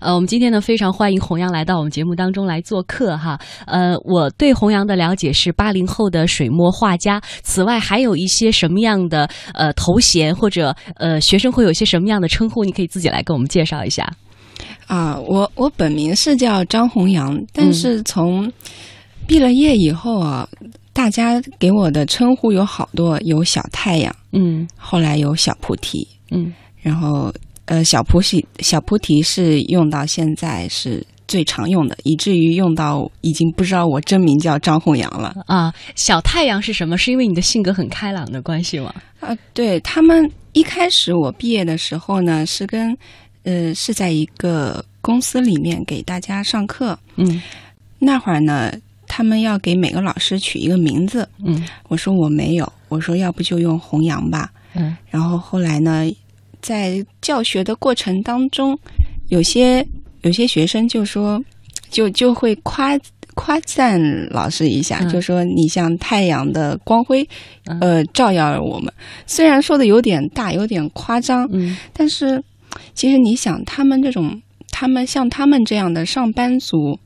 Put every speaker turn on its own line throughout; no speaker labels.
呃，我们今天呢非常欢迎洪阳来到我们节目当中来做客哈。呃，我对洪阳的了解是八零后的水墨画家，此外还有一些什么样的呃头衔或者呃学生会有一些什么样的称呼，你可以自己来给我们介绍一下。
啊，我我本名是叫张弘扬，但是从毕了业以后啊，大家给我的称呼有好多，有小太阳，
嗯
后来有小菩提，
嗯
然后呃，小菩提小菩提是用到现在是最常用的，以至于用到已经不知道我真名叫张弘扬了。
啊，小太阳是什么？是因为你的性格很开朗的关系吗？
啊，对他们一开始我毕业的时候呢，是跟呃是在一个公司里面给大家上课，
嗯
那会儿呢，他们要给每个老师取一个名字，
嗯
我说我没有，我说要不就用弘扬吧。
嗯
然后后来呢，在教学的过程当中，有些有些学生就说，就就会夸夸赞老师一下，
嗯
就说你像太阳的光辉
嗯，
呃，照耀了我们。虽然说的有点大，有点夸张，
嗯
但是，其实你想，他们这种，他们像他们这样的上班族，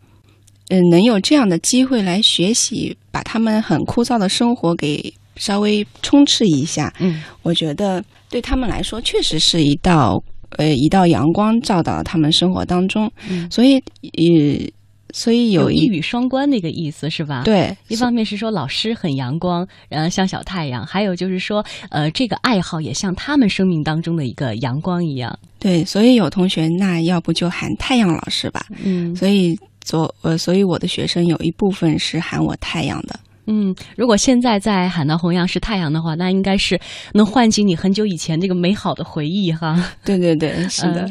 嗯、能有这样的机会来学习，把他们很枯燥的生活给稍微充斥一下，
嗯
我觉得对他们来说，确实是一道呃一道阳光照到他们生活当中。
嗯，
所以，呃，所以有
一
一
语双关的一个意思是吧？。
对
一啊方面是说老师很阳光，呃，像小太阳；还有就是说，呃，这个爱好也像他们生命当中的一个阳光一样。
对，所以有同学那要不就喊太阳老师吧。
嗯
所以昨呃，所以我的学生有一部分是喊我太阳的。
嗯，如果现在再喊到弘扬是太阳的话，那应该是能唤起你很久以前这个美好的回忆哈。
对对对，是的，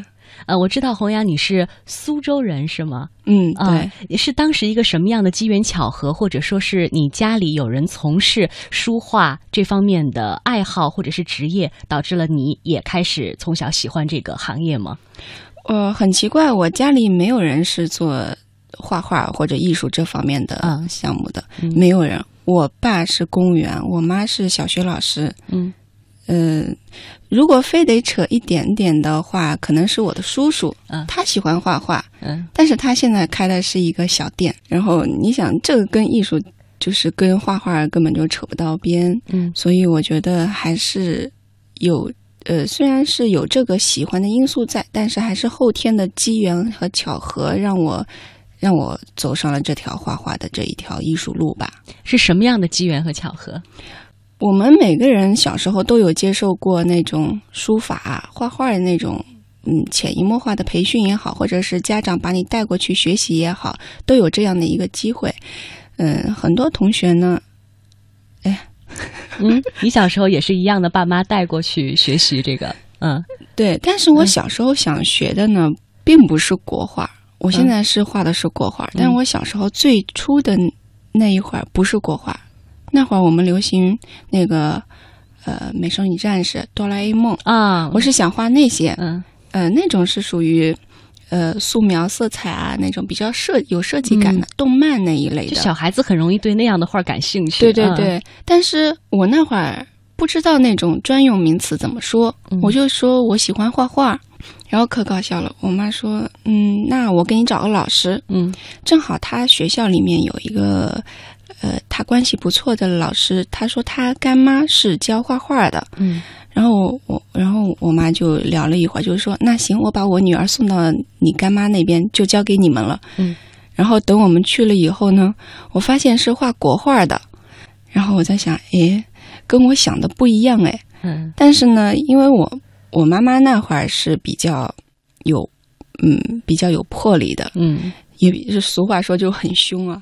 呃，我知道弘扬你是苏州人是吗？
嗯，对，
啊是当时一个什么样的机缘巧合，或者说是你家里有人从事书画这方面的爱好或者是职业，导致了你也开始从小喜欢这个行业吗？
呃，很奇怪，我家里没有人是做画画或者艺术这方面的
嗯
项目的，
嗯
没有人。我爸是公务员，我妈是小学老师。
嗯
嗯、如果非得扯一点点的话，可能是我的叔叔，
嗯
他喜欢画画，
嗯
但是他现在开的是一个小店。然后你想，这个跟艺术就是跟画画根本就扯不到边，
嗯
所以我觉得还是有呃，虽然是有这个喜欢的因素在，但是还是后天的机缘和巧合让我让我走上了这条画画的这一条艺术路吧。
是什么样的机缘和巧合？
我们每个人小时候都有接受过那种书法、啊画画的那种，嗯，潜移默化的培训也好，或者是家长把你带过去学习也好，都有这样的一个机会。嗯，很多同学呢，
嗯，你小时候也是一样的，爸妈带过去学习这个。嗯
对，但是我
嗯
小时候想学的呢，并不是国画。我现在是画的是国画，但
嗯
我小时候最初的那一会儿不是国画，那会儿我们流行那个呃美少女战士、哆啦 A 梦，
啊，
我是想画那些，
嗯
呃，那种是属于呃素描、色彩啊那种比较设有设计感
嗯
的、动漫那一类
就
的。
小孩子很容易对那样的画感兴趣。
对对
嗯，
对，但是我那会儿不知道那种专用名词怎么说，
嗯
我就说我喜欢画画，然后可搞笑了。我妈说，嗯，那我给你找个老师，
嗯
正好她学校里面有一个，呃，她关系不错的老师，她说她干妈是教画画的。
嗯
然后我，然后我妈就聊了一会儿，就说那行，我把我女儿送到你干妈那边，就交给你们了。
嗯，
然后等我们去了以后呢，我发现是画国画的，然后我在想，诶，跟我想的不一样诶。
嗯
但是呢，因为我我妈妈那会儿是比较有，嗯，比较有魄力的，
嗯，
也是俗话说就很 凶啊，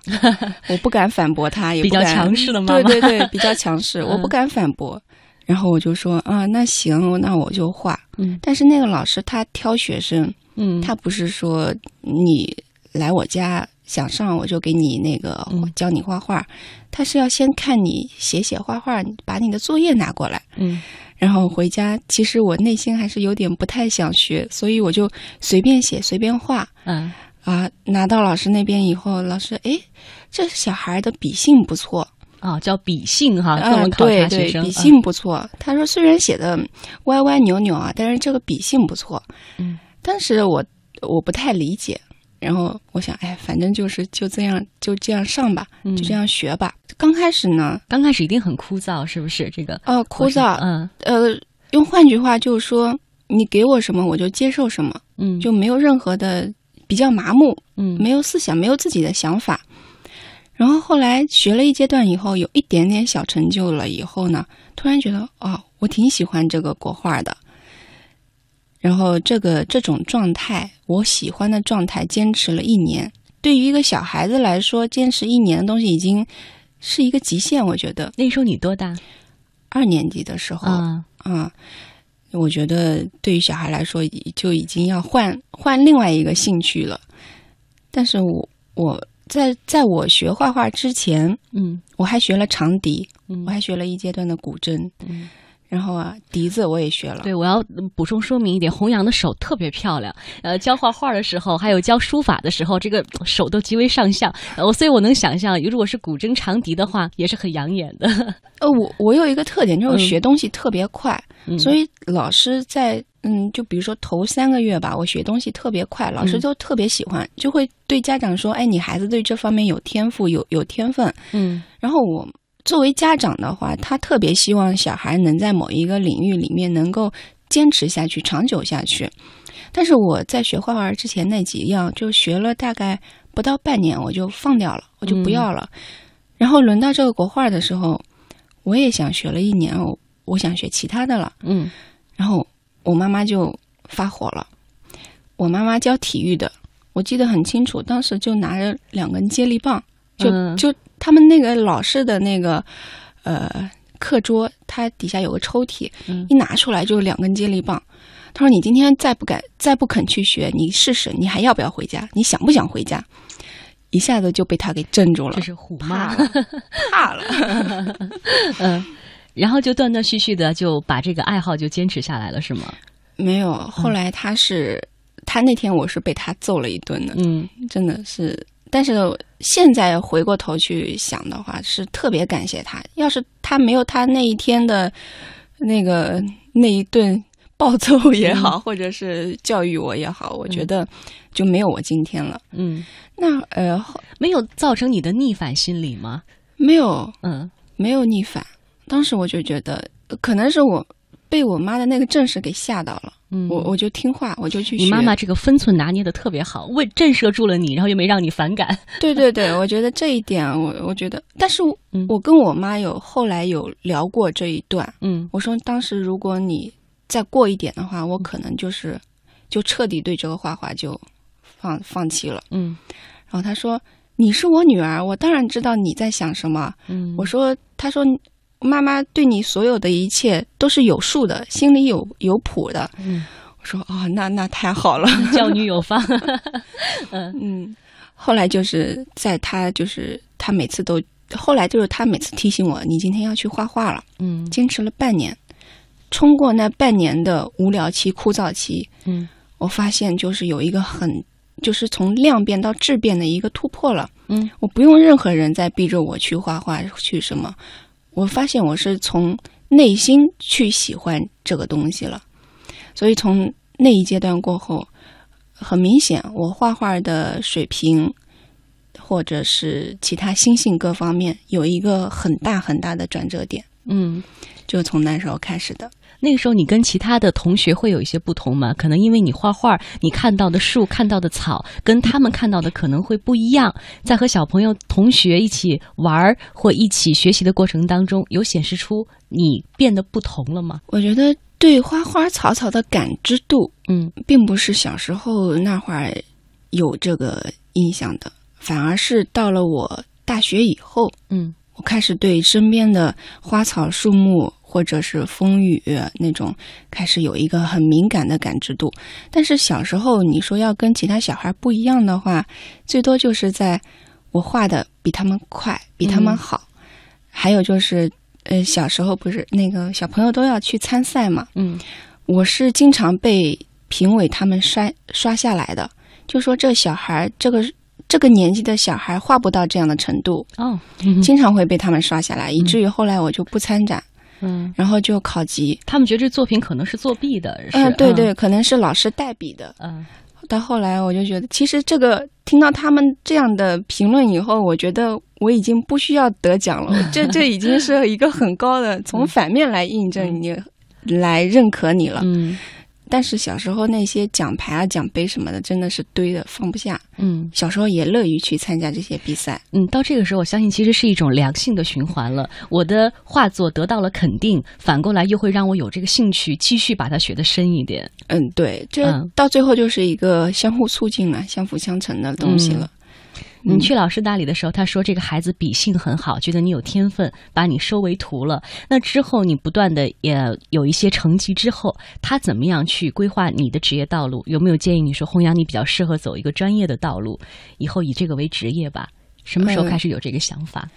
我不敢反驳她，也
比
不
较
敢
强势的妈
对
妈。
对对，比较 强势，我
嗯
不敢反驳。然后我就说啊，那行，那我就画。
嗯
但是那个老师他挑学生，
嗯，
他不是说你来我家想上我就给你那个
嗯
教你画画，他是要先看你写写画画，把你的作业拿过来，
嗯
然后回家。其实我内心还是有点不太想学，所以我就随便写随便画。
嗯
啊，拿到老师那边以后，老师，哎，这小孩的笔性不错，
啊，叫比兴哈，
嗯，
作文考察
对
学
对，
生。
笔性不错。他说虽然写的歪歪扭扭啊，但是这个笔性不错。
嗯，
当时我我不太理解。然后我想，哎，反正就是就这样，就这样上吧，
嗯
就这样学吧。刚开始呢，
刚开始一定很枯燥，是不是？这个
哦，枯燥，
嗯
呃，用换句话就是说，你给我什么我就接受什么，
嗯，
就没有任何的比较麻木，
嗯
没有思想，没有自己的想法。然后后来学了一阶段以后，有一点点小成就了以后呢，突然觉得哦，我挺喜欢这个国画的。然后这个这种状态，我喜欢的状态，坚持了一年。对于一个小孩子来说，坚持一年的东西已经是一个极限。我觉得
那时候你多大
二年级的时候，
啊？
啊、我觉得对于小孩来说，已就已经要换换另外一个兴趣了。但是我我在在我学画画之前，
嗯
我还学了长笛，
嗯
我，还学了一阶段的古筝，
嗯
然后啊，笛子我也学了。
对，我要补充说明一点，弘扬的手特别漂亮。呃，教画画的时候，还有教书法的时候，这个手都极为上相。呃我、所以我能想象，如果是古筝、长笛的话，也是很养眼的。
呃，我我有一个特点，就是我
嗯
学东西特别快。
嗯
所以老师在嗯，就比如说头三个月吧，我学东西特别快，老师
嗯
都特别喜欢，就会对家长说：“哎，你孩子对这方面有天赋，有有天分。”
嗯
然后我作为家长的话，他特别希望小孩能在某一个领域里面能够坚持下去、长久下去。但是我在学画画之前那几样，就学了大概不到半年，我就放掉了，我就不要了。然后轮到这个国画的时候，我也想学了一年，我我想学其他的了。
嗯
然后我妈妈就发火了。我妈妈教体育的，我记得很清楚，当时就拿着两根接力棒，就、
嗯
就他们那个老式的那个呃课桌，它底下有个抽屉，
嗯
一拿出来就是两根接力棒。他说：“你今天再不敢、再不肯去学，你试试，你还要不要回家？你想不想回家？”一下子就被他给镇住了
这，是虎
怕
妈。
了，怕了。
嗯，然后就断断续续的就把这个爱好就坚持下来了，是吗？
没有，后来他是、他那天我是被他揍了一顿的，
嗯
真的是。但是现在回过头去想的话，是特别感谢他。要是他没有他那一天的那个那一顿 暴揍
嗯
也好，或者是教育我也好，我觉得就没有我今天了。
嗯，
那呃，后
没有造成你的逆反心理吗？
没有
嗯
没有逆反，当时我就觉得，呃可能是我被我妈的那个阵势给吓到了，
嗯，
我我就听话，我就去学。
你妈妈这个分寸拿捏的特别好，为震慑住了你，然后又没让你反感。
对对对，我觉得这一点，啊我我觉得，但是我,、
嗯
我跟我妈有后来有聊过这一段，
嗯
我说当时如果你再过一点的话，我可能就是就彻底对这个画画就放放弃了。
嗯
然后她说：“你是我女儿，我当然知道你在想什么。
嗯，
我说：“她说妈妈对你所有的一切都是有数的，心里有有谱的。”
嗯
我说：“哦，那那太好了。”
教女有方。
嗯，后来就是在他就是他每次都，后来就是他每次提醒我，你今天要去画画了，
嗯
坚持了半年，冲过那半年的无聊期、枯燥期，
嗯
我发现就是有一个很，就是从量变到质变的一个突破了。
嗯，
我不用任何人再逼着我去画画去什么，我发现我是从内心去喜欢这个东西了。所以从那一阶段过后，很明显我画画的水平。或者是其他心性各方面有一个很大很大的转折点，
嗯，
就从那时候开始的。
那个时候你跟其他的同学会有一些不同吗？可能因为你画画，你看到的树、看到的草跟他们看到的可能会不一样。在和小朋友、同学一起玩儿或一起学习的过程当中，有显示出你变得不同了吗？
我觉得对花花草草的感知度
嗯
并不是小时候那会儿有这个印象的，反而是到了我大学以后，
嗯
我开始对身边的花草树木或者是风雨那种开始有一个很敏感的感知度。但是小时候你说要跟其他小孩不一样的话，最多就是在我画的比他们快，比他们
嗯
好，还有就是。呃，小时候不是那个小朋友都要去参赛嘛，
嗯
我是经常被评委他们刷刷下来的，就说这小孩儿这个这个年纪的小孩儿画不到这样的程度，
哦
经常会被他们刷下来，以至于后来我就不参展，
嗯，
然后就考级。呃
他们觉得这作品可能是作弊的，是
嗯、对对，可能是老师代笔的，
嗯
到后来我就觉得，其实这个听到他们这样的评论以后，我觉得我已经不需要得奖了，这这已经是一个很高的，从反面来印证你，来认可你了。
嗯
但是小时候那些奖牌啊、奖杯什么的，真的是堆的放不下。
嗯
小时候也乐于去参加这些比赛，
嗯，到这个时候，我相信其实是一种良性的循环了。我的画作得到了肯定，反过来又会让我有这个兴趣，继续把它学得深一点。
嗯，对，这
嗯
到最后就是一个相互促进了、相辅相成的东西了。
你
嗯
去老师那里的时候，他说这个孩子秉性很好，觉得你有天分，把你收为徒了。那之后你不断的也有一些成绩之后，他怎么样去规划你的职业道路？有没有建议你说，弘扬你比较适合走一个专业的道路，以后以这个为职业吧？什么时候
嗯
开始有这个想法？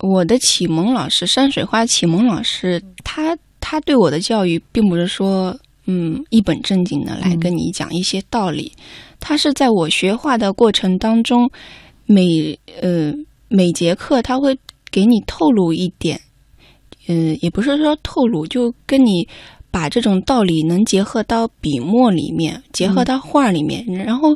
我的启蒙老师山水画启蒙老师，他他对我的教育并不是说，嗯，一本正经的来
嗯
跟你讲一些道理，他是在我学画的过程当中，每呃每节课他会给你透露一点，嗯、也不是说透露，就跟你。把这种道理能结合到笔墨里面，结合到画里面，然后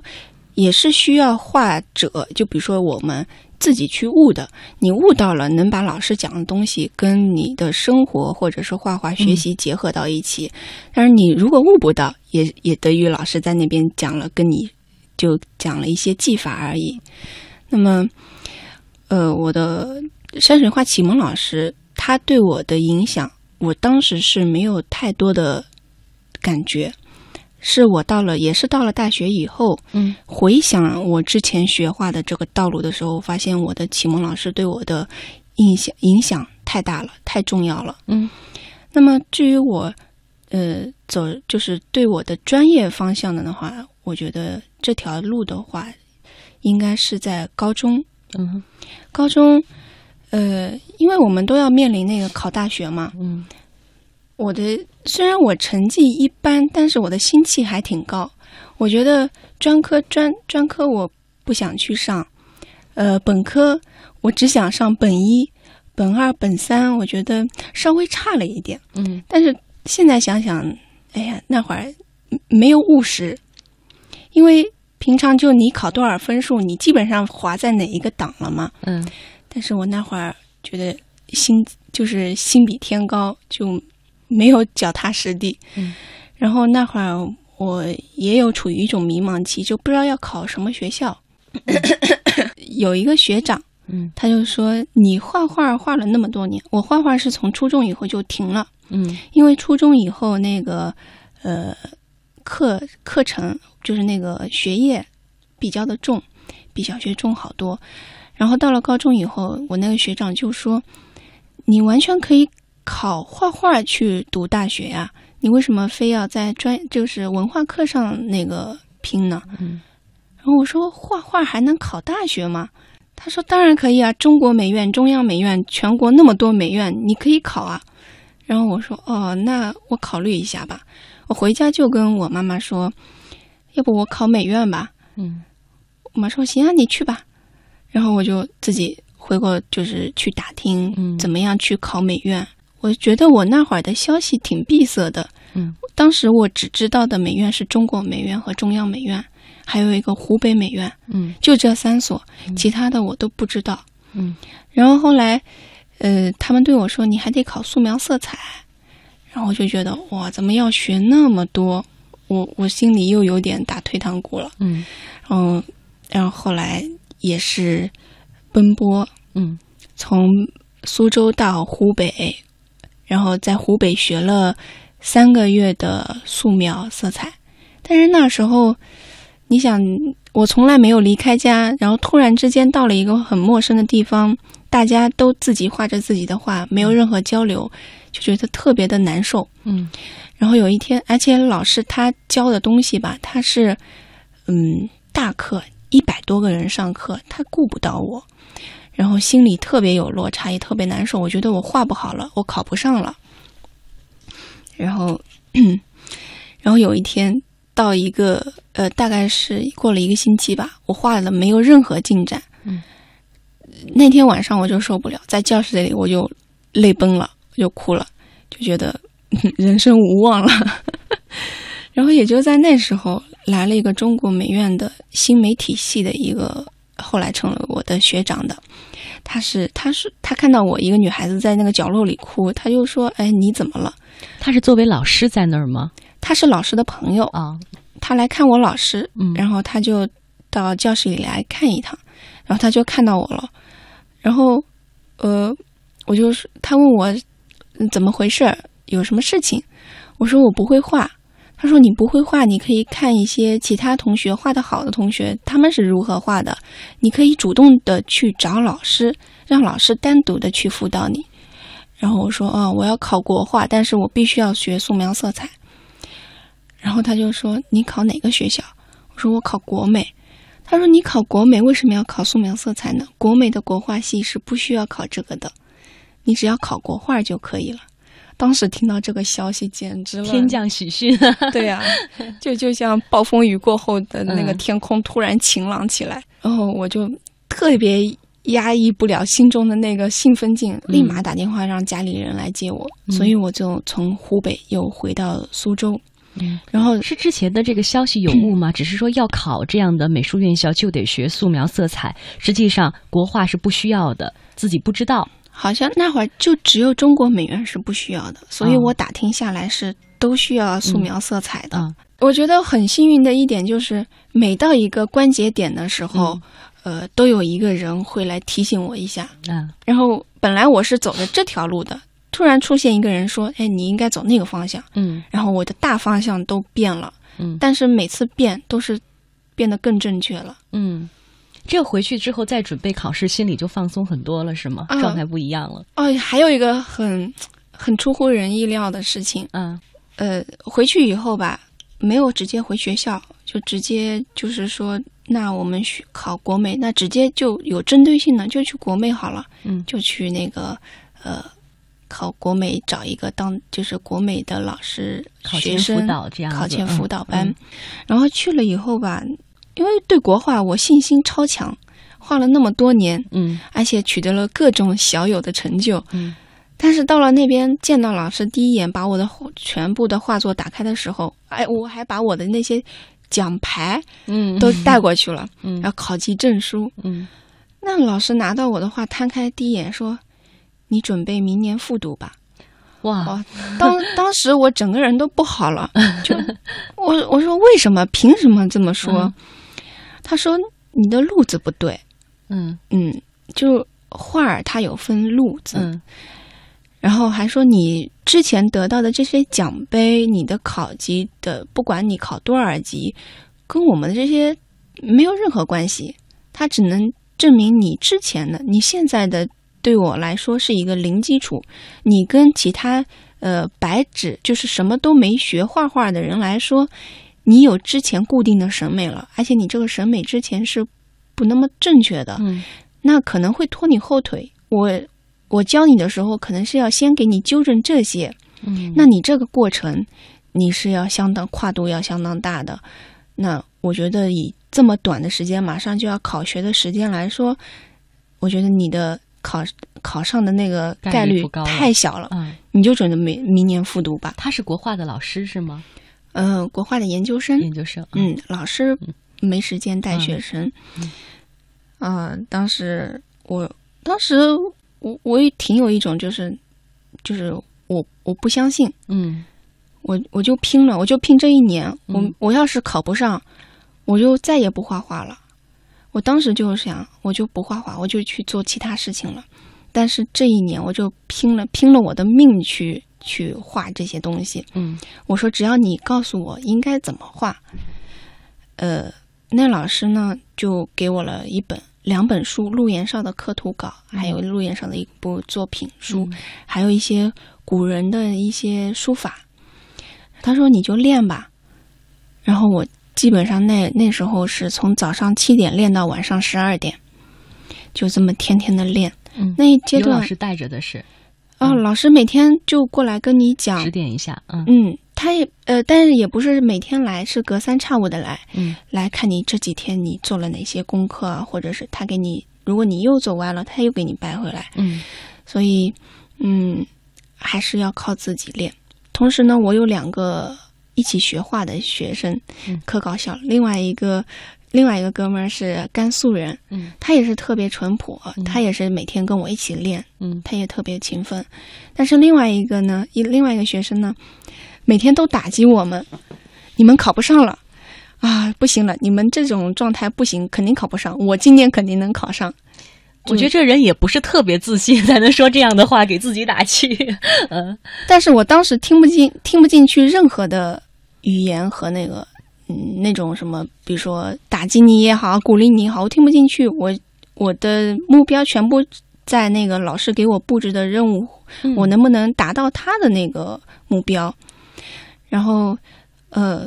也是需要画者，就比如说我们自己去悟的，你悟到了，能把老师讲的东西跟你的生活或者是画画学习结合到一起。但是你如果悟不到，也也得于老师在那边讲了，跟你就讲了一些技法而已。那么，呃，我的山水画启蒙老师他对我的影响，我当时是没有太多的感觉。是我到了，也是到了大学以后，
嗯
回想我之前学画的这个道路的时候，我发现我的启蒙老师对我的印象影响太大了，太重要了。
嗯
那么至于我，呃，走就是对我的专业方向的的话，我觉得这条路的话，应该是在高中。
嗯
高中，呃，因为我们都要面临那个考大学嘛。
嗯
我的虽然我成绩一般，但是我的心气还挺高。我觉得专科专专科我不想去上，呃，本科我只想上本一、本二、本三，我觉得稍微差了一点。
嗯
但是现在想想，哎呀，那会儿嗯没有务实，因为平常就你考多少分数，你基本上划在哪一个档了嘛。
嗯
但是我那会儿觉得心就是心比天高，就没有脚踏实地。
嗯，
然后那会儿我也有处于一种迷茫期，就不知道要考什么学校。有一个学长，
嗯
他就说：“你画画画了那么多年，我画画是从初中以后就停了，
嗯
因为初中以后那个呃课课程就是那个学业比较的重，比小学重好多。然后到了高中以后，我那个学长就说：“你完全可以考画画去读大学呀、你为什么非要在专就是文化课上那个拼呢？”
嗯
然后我说：“画画还能考大学吗？”他说：“当然可以啊，中国美院、中央美院、全国那么多美院，你可以考啊。”然后我说：“哦，那我考虑一下吧。”我回家就跟我妈妈说：“要不我考美院吧？”
嗯
我妈说：“行啊，你去吧。”然后我就自己回国，就是去打听
嗯
怎么样去考美院。我觉得我那会儿的消息挺闭塞的，
嗯，
当时我只知道的美院是中国美院和中央美院，还有一个湖北美院，
嗯
就这三所
嗯，
其他的我都不知道。
嗯
然后后来，呃，他们对我说：“你还得考素描色彩。”然后我就觉得哇，怎么要学那么多？我我心里又有点打退堂鼓了。
嗯
嗯，然后后来也是奔波，
嗯
从苏州到湖北，然后在湖北学了三个月的素描色彩。但是那时候，你想，我从来没有离开家，然后突然之间到了一个很陌生的地方，大家都自己画着自己的画，没有任何交流，就觉得特别的难受。
嗯
然后有一天，而且老师他教的东西吧，他是嗯大课一百多个人上课，他顾不到我，然后心里特别有落差，也特别难受。我觉得我画不好了，我考不上了。然后， 然后有一天到一个呃，大概是过了一个星期吧，我画的没有任何进展。
嗯，
那天晚上我就受不了，在教室里我就泪崩了，我就哭了，就觉得人生无望了。 然后也就在那时候来了一个中国美院的新媒体系的一个，后来成了我的学长的。他是他是他看到我一个女孩子在那个角落里哭，他就说：“哎，你怎么了
他是作为老师在那儿吗？？”
他是老师的朋友，
啊，
他来看我老师，
嗯，
然后他就到教室里来看一趟，然后他就看到我了，然后呃，我就是他问我嗯怎么回事儿，有什么事情，我说我不会画，他说你不会画，你可以看一些其他同学画的好的同学他们是如何画的，你可以主动的去找老师，让老师单独的去辅导你。然后我说啊、我要考国画，但是我必须要学素描色彩。然后他就说你考哪个学校？我说我考国美。他说你考国美为什么要考素描色彩呢？国美的国画系是不需要考这个的，你只要考国画就可以了。当时听到这个消息，简直了，
天降喜讯，
对呀、就就像暴风雨过后的那
嗯
个天空突然晴朗起来，然后我就特别压抑不了心中的那个兴奋劲，立马打电话让家里人来接我，
嗯
所以我就从湖北又回到苏州，
嗯
然后
是之前的这个消息有误吗？只是说要考这样的美术院校就得学素描色彩，实际上国画是不需要的，自己不知道。
好像那会儿就只有中国美院是不需要的，所以
嗯
我打听下来是都需要素描色彩的。
嗯
我觉得很幸运的一点就是，每到一个关节点的时候，呃，都有一个人会来提醒我一下。
嗯
然后本来我是走的这条路的，突然出现一个人说：“哎，你应该走那个方向。
嗯”
然后我的大方向都变了，
嗯
但是每次变都是变得更正确了。
嗯，这回去之后再准备考试，心里就放松很多了，是吗？
啊
状态不一样了。
哦，还有一个很很出乎人意料的事情，
嗯
呃，回去以后吧，没有直接回学校，就直接就是说，那我们学考国美，那直接就有针对性的，就去国美好了，
嗯
就去那个呃，考国美找一个当就是国美的老师
考
学
前辅
生
导这样子
考前辅导班，
嗯
然后去了以后吧，因为对国画我信心超强，画了那么多年，
嗯
而且取得了各种小有的成就。
嗯
但是到了那边见到老师第一眼把我的全部的画作打开的时候，哎，我还把我的那些奖牌
嗯
都带过去了，
嗯
然后考级证书。
嗯
那老师拿到我的画，摊开第一眼说：“你准备明年复 读吧。”
哇
哦，当当时我整个人都不好了，就我我说为什么？凭什么这么说？
嗯
他说你的路子不对，
嗯
嗯，就画儿它有分路子，
嗯
然后还说你之前得到的这些奖杯，你的考级的，不管你考多少级，跟我们的这些没有任何关系，它只能证明你之前的，你现在的对我来说是一个零基础，你跟其他呃白纸就是什么都没学画画的人来说，你有之前固定的审美了，而且你这个审美之前是不那么正确的，
嗯
那可能会拖你后腿。我我教你的时候，可能是要先给你纠正这些，
嗯，
那你这个过程你是要相当跨度要相当大的。那我觉得以这么短的时间，马上就要考学的时间来说，我觉得你的考考上的那个
概
概
率
率
不高了
太小了，
嗯，
你就准备明明年复读吧。
他是国画的老师是吗？
嗯、国画的研究生，
研究生。
嗯，老师
嗯
没时间带学生。啊、当时我，当时我我也挺有一种就是，就是我我不相信，
嗯
我我就拼了，我就拼这一年，
嗯
我我要是考不上，我就再也不画画了。我当时就想，我就不画画，我就去做其他事情了。但是这一年，我就拼了，拼了我的命去去画这些东西。
嗯
我说只要你告诉我应该怎么画，呃，那老师呢就给我了一本两本书，陆延绍的课图稿，还有陆延绍的一部作品书，
嗯
还有一些古人的一些书法。他说你就练吧，然后我基本上那那时候是从早上七点练到晚上十二点，就这么天天的练。
嗯，
那一阶
有老
段
师嗯带着的是
哦，老师每天就过来跟你讲
指点一下。嗯
嗯，他也呃，但是也不是每天来，是隔三差五的来
嗯
来看你这几天你做了哪些功课啊，或者是他给你，如果你又走歪了，他又给你掰回来。
嗯
所以，嗯，还是要靠自己练。同时呢，我有两个一起学画的学生，可搞笑了。另外一个。另外一个哥们儿是甘肃人，
嗯
他也是特别淳朴，
嗯
他也是每天跟我一起练，
嗯
他也特别勤奋。但是另外一个呢，一另外一个学生呢，每天都打击我们，你们考不上了啊，不行了，你们这种状态不行，肯定考不上，我今年肯定能考上。
我觉得这人也不是特别自信，才能说这样的话给自己打气。嗯
但是我当时听不进，听不进去任何的语言和那个，嗯，那种什么，比如说打击你也好，鼓励你也好，我听不进去。我我的目标全部在那个老师给我布置的任务，
嗯
我能不能达到他的那个目标？然后，呃，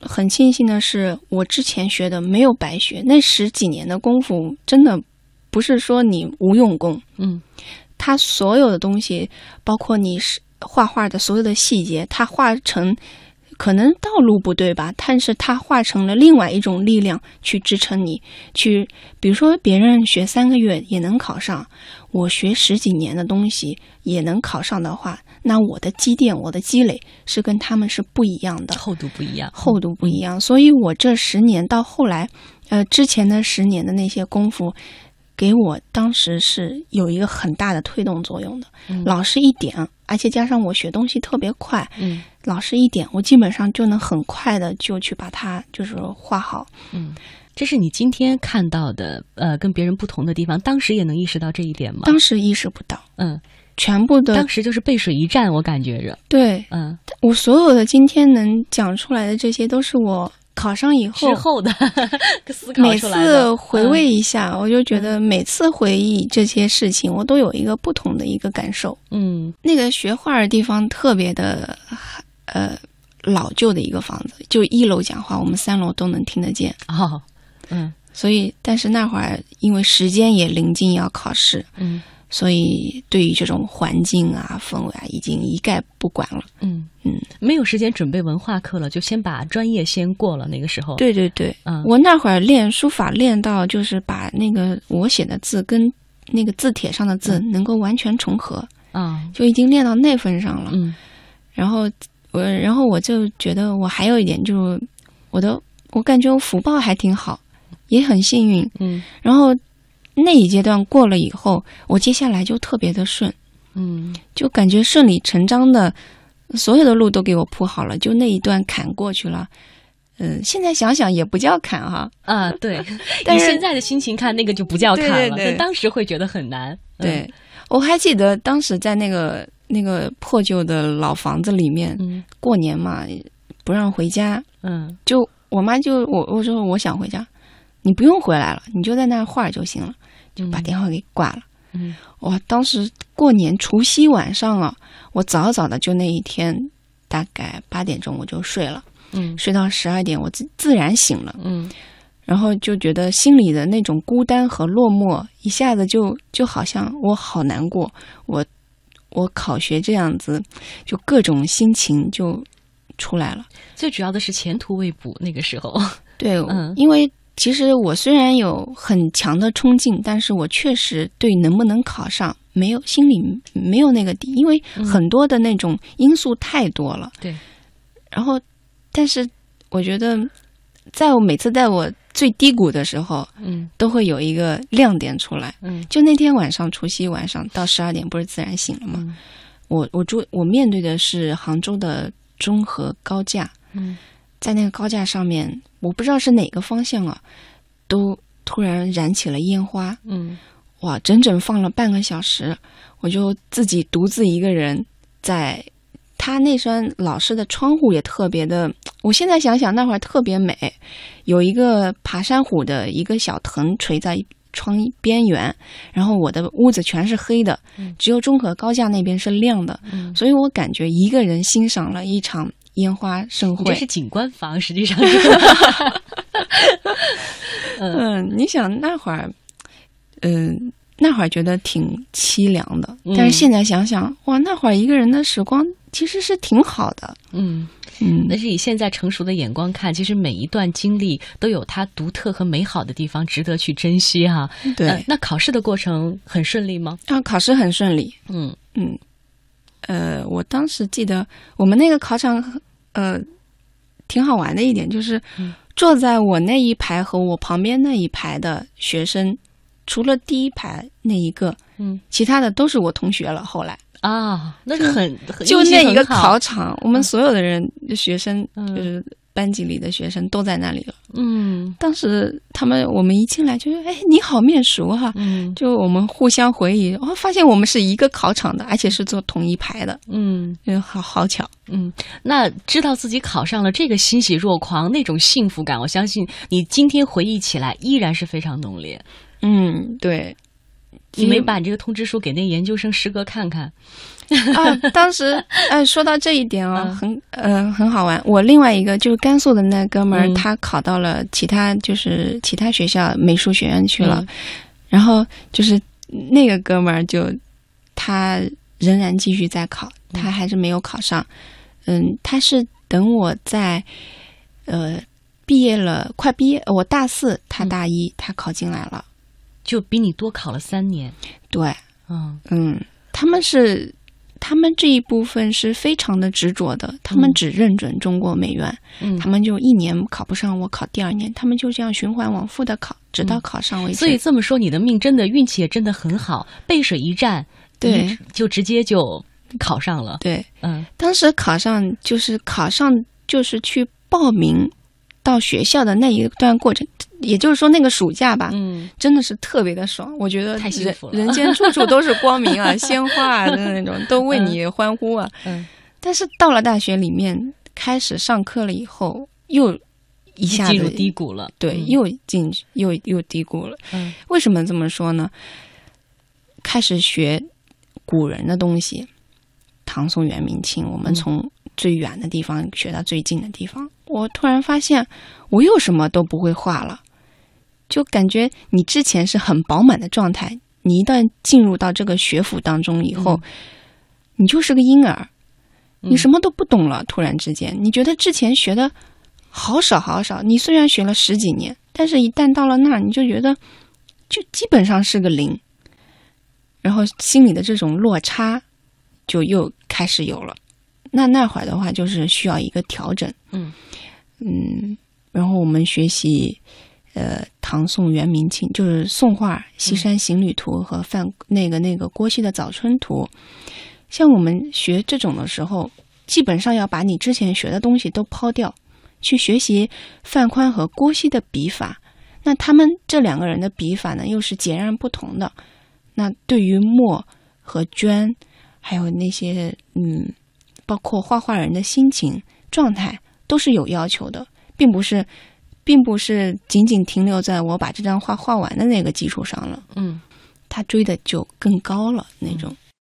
很庆幸的是，我之前学的没有白学，那十几年的功夫真的不是说你无用功，
嗯
他所有的东西，包括你是画画的所有的细节，他画成可能道路不对吧，但是他画成了另外一种力量去支撑你，去比如说别人学三个月也能考上，我学十几年的东西也能考上的话，那我的积淀、我的积累是跟他们是不一样的。
嗯厚度不一样，
厚度不一样，所以我这十年到后来，呃，之前的十年的那些功夫，给我当时是有一个很大的推动作用的。
嗯
老师一点，而且加上我学东西特别快，
嗯
老师一点，我基本上就能很快的就去把它就是画好。
嗯，这是你今天看到的，呃，跟别人不同的地方，当时也能意识到这一点吗？
当时意识不到，
嗯，
全部的
当时就是背水一战，我感觉着，
对
嗯，
我所有的今天能讲出来的这些，都是我考上以后
之后的 思考
每
出来的嗯
次回味一下，我就觉得每次回忆这些事情，我都有一个不同的一个感受。
嗯
那个学画的地方特别的，呃，老旧的一个房子，就一楼讲话，我们三楼都能听得见。
嗯，哦，嗯
所以，但是那会儿因为时间也临近要考试，
嗯
所以对于这种环境啊、氛围啊，已经一概不管了。
嗯
嗯，
没有时间准备文化课了，就先把专业先过了。那个时候，，
对对对，
嗯，
我那会儿练书法练到，就是把那个我写的字跟那个字帖上的字
嗯
能够完全重合，
啊，
就已经练到那份上了。
嗯
然后我，然后我就觉得我还有一点就是，我的我感觉我福报还挺好，也很幸运。
嗯
然后那一阶段过了以后，我接下来就特别的顺，
嗯
就感觉顺理成章的，所有的路都给我铺好了，就那一段坎过去了。嗯，现在想想也不叫坎哈、
啊， 对，
但
以
是
现在的心情看，那个就不叫看
对
了，
对对
但当时会觉得很难。嗯，
对，我还记得当时在那个那个破旧的老房子里面，
嗯
过年嘛不让回家，
嗯
就我妈就我我说我想回家，你不用回来了，你就在那儿画就行了，
嗯，
把电话给挂了。
嗯
我当时过年除夕晚上啊，我早早的就那一天大概八点钟我就睡了，
嗯
睡到十二点我自自然醒了，
嗯
然后就觉得心里的那种孤单和落寞，一下子就就好像我好难过，我我考学这样子，就各种心情就出来了。
最主要的是前途未卜，那个时候，
对，
嗯
因为其实我虽然有很强的冲劲，但是我确实对能不能考上没有心里没有那个底，因为
嗯
很多的那种因素太多了。
对，
然后，但是我觉得，在我每次在我最低谷的时候，
嗯
都会有一个亮点出来。
嗯
就那天晚上，除夕晚上到十二点，不是自然醒了吗？
嗯
我我住我面对的是杭州的中和高架，
嗯
在那个高架上面，我不知道是哪个方向啊，都突然燃起了烟花，
嗯
哇，整整放了半个小时，我就自己独自一个人在。他那扇老式的窗户也特别的，我现在想想那会儿特别美，有一个爬山虎的一个小藤垂在窗边缘，然后我的屋子全是黑的
嗯，
只有中和高架那边是亮的，
嗯，
所以我感觉一个人欣赏了一场烟花盛
你这
会。
是景观房，实际 上是，
嗯，你想那会儿，嗯、那会儿觉得挺凄凉的，
嗯
但是现在想想，哇，那会儿一个人的时光其实是挺好的。
嗯。
嗯，
但是以现在成熟的眼光看，其实每一段经历都有它独特和美好的地方，值得去珍惜哈、
对。
呃那考试的过程很顺利吗？
然后考试很顺利，
嗯
嗯，呃，我当时记得我们那个考场，呃，挺好玩的一点，就是
嗯
坐在我那一排和我旁边那一排的学生，除了第一排那一个，
嗯
其他的都是我同学了。后来
啊，那是很很
就
运气
那一个
很好
考场，我们所有的人学生
嗯
就是班级里的学生都在那里了。
嗯
当时他们我们一进来就是，哎，你好面熟哈、
嗯
就我们互相回忆，哦，发现我们是一个考场的，而且是坐同一排的，
嗯
嗯，好好巧。
嗯，那知道自己考上了，这个欣喜若狂，那种幸福感，我相信你今天回忆起来依然是非常浓烈。
嗯，对，
你没
嗯
把你这个通知书给那研究生师哥看看？
啊，当时哎，说到这一点哦，
嗯
很嗯、很好玩。我另外一个就是甘肃的那哥们儿，
嗯
他考到了其他就是其他学校美术学院去
嗯
了，然后就是那个哥们儿就他仍然继续在考，
嗯
他还是没有考上。嗯，他是等我在呃毕业了，快毕业，呃我大四，他
嗯
大一，他考进来了。
就比你多考了三年。
对，
嗯
嗯，他们是，他们这一部分是非常的执着的，他们
嗯
只认准中国美院，
嗯
他，们就一年考不上，我考第二年，他们就这样循环往复的考，直到
嗯
考上为止。
所以这么说，你的命真的运气也真的很好，背水一战，
对
你就直接就考上了。
对，
嗯
当时考上就是考上就是去报名到学校的那一段过程，也就是说那个暑假吧，
嗯
真的是特别的爽，我觉得
太幸
人
福了
人间处处都是光 明啊，鲜花啊的那种，都为你欢呼啊。
嗯，
但是到了大学里面，开始上课了以后，又一下子
进入低谷了。
对，
嗯
又进又又低谷了。
嗯
为什么这么说呢？开始学古人的东西，唐宋元明清，我们
嗯
从最远的地方学到最近的地方。我突然发现，我又什么都不会画了，就感觉你之前是很饱满的状态，你一旦进入到这个学府当中以后，
嗯
你就是个婴儿，你什
么？
么都不懂了。突然之间，你觉得之前学的好少好少，你虽然学了十几年，但是一旦到了那儿，你就觉得就基本上是个零，然后心里的这种落差就又开始有了。那那会儿的话，就是需要一个调整。
嗯
嗯，然后我们学习。呃，唐宋元明清就是宋画《西山行旅图》和范那个那个郭熙的《早春图》，像我们学这种的时候，基本上要把你之前学的东西都抛掉，去学习范宽和郭熙的笔法。那他们这两个人的笔法呢，又是截然不同的。那对于墨和绢，还有那些嗯，包括画画人的心情状态，都是有要求的，并不是，并不是仅仅停留在我把这张画画完的那个基础上了。
嗯
他追的就更高了那种。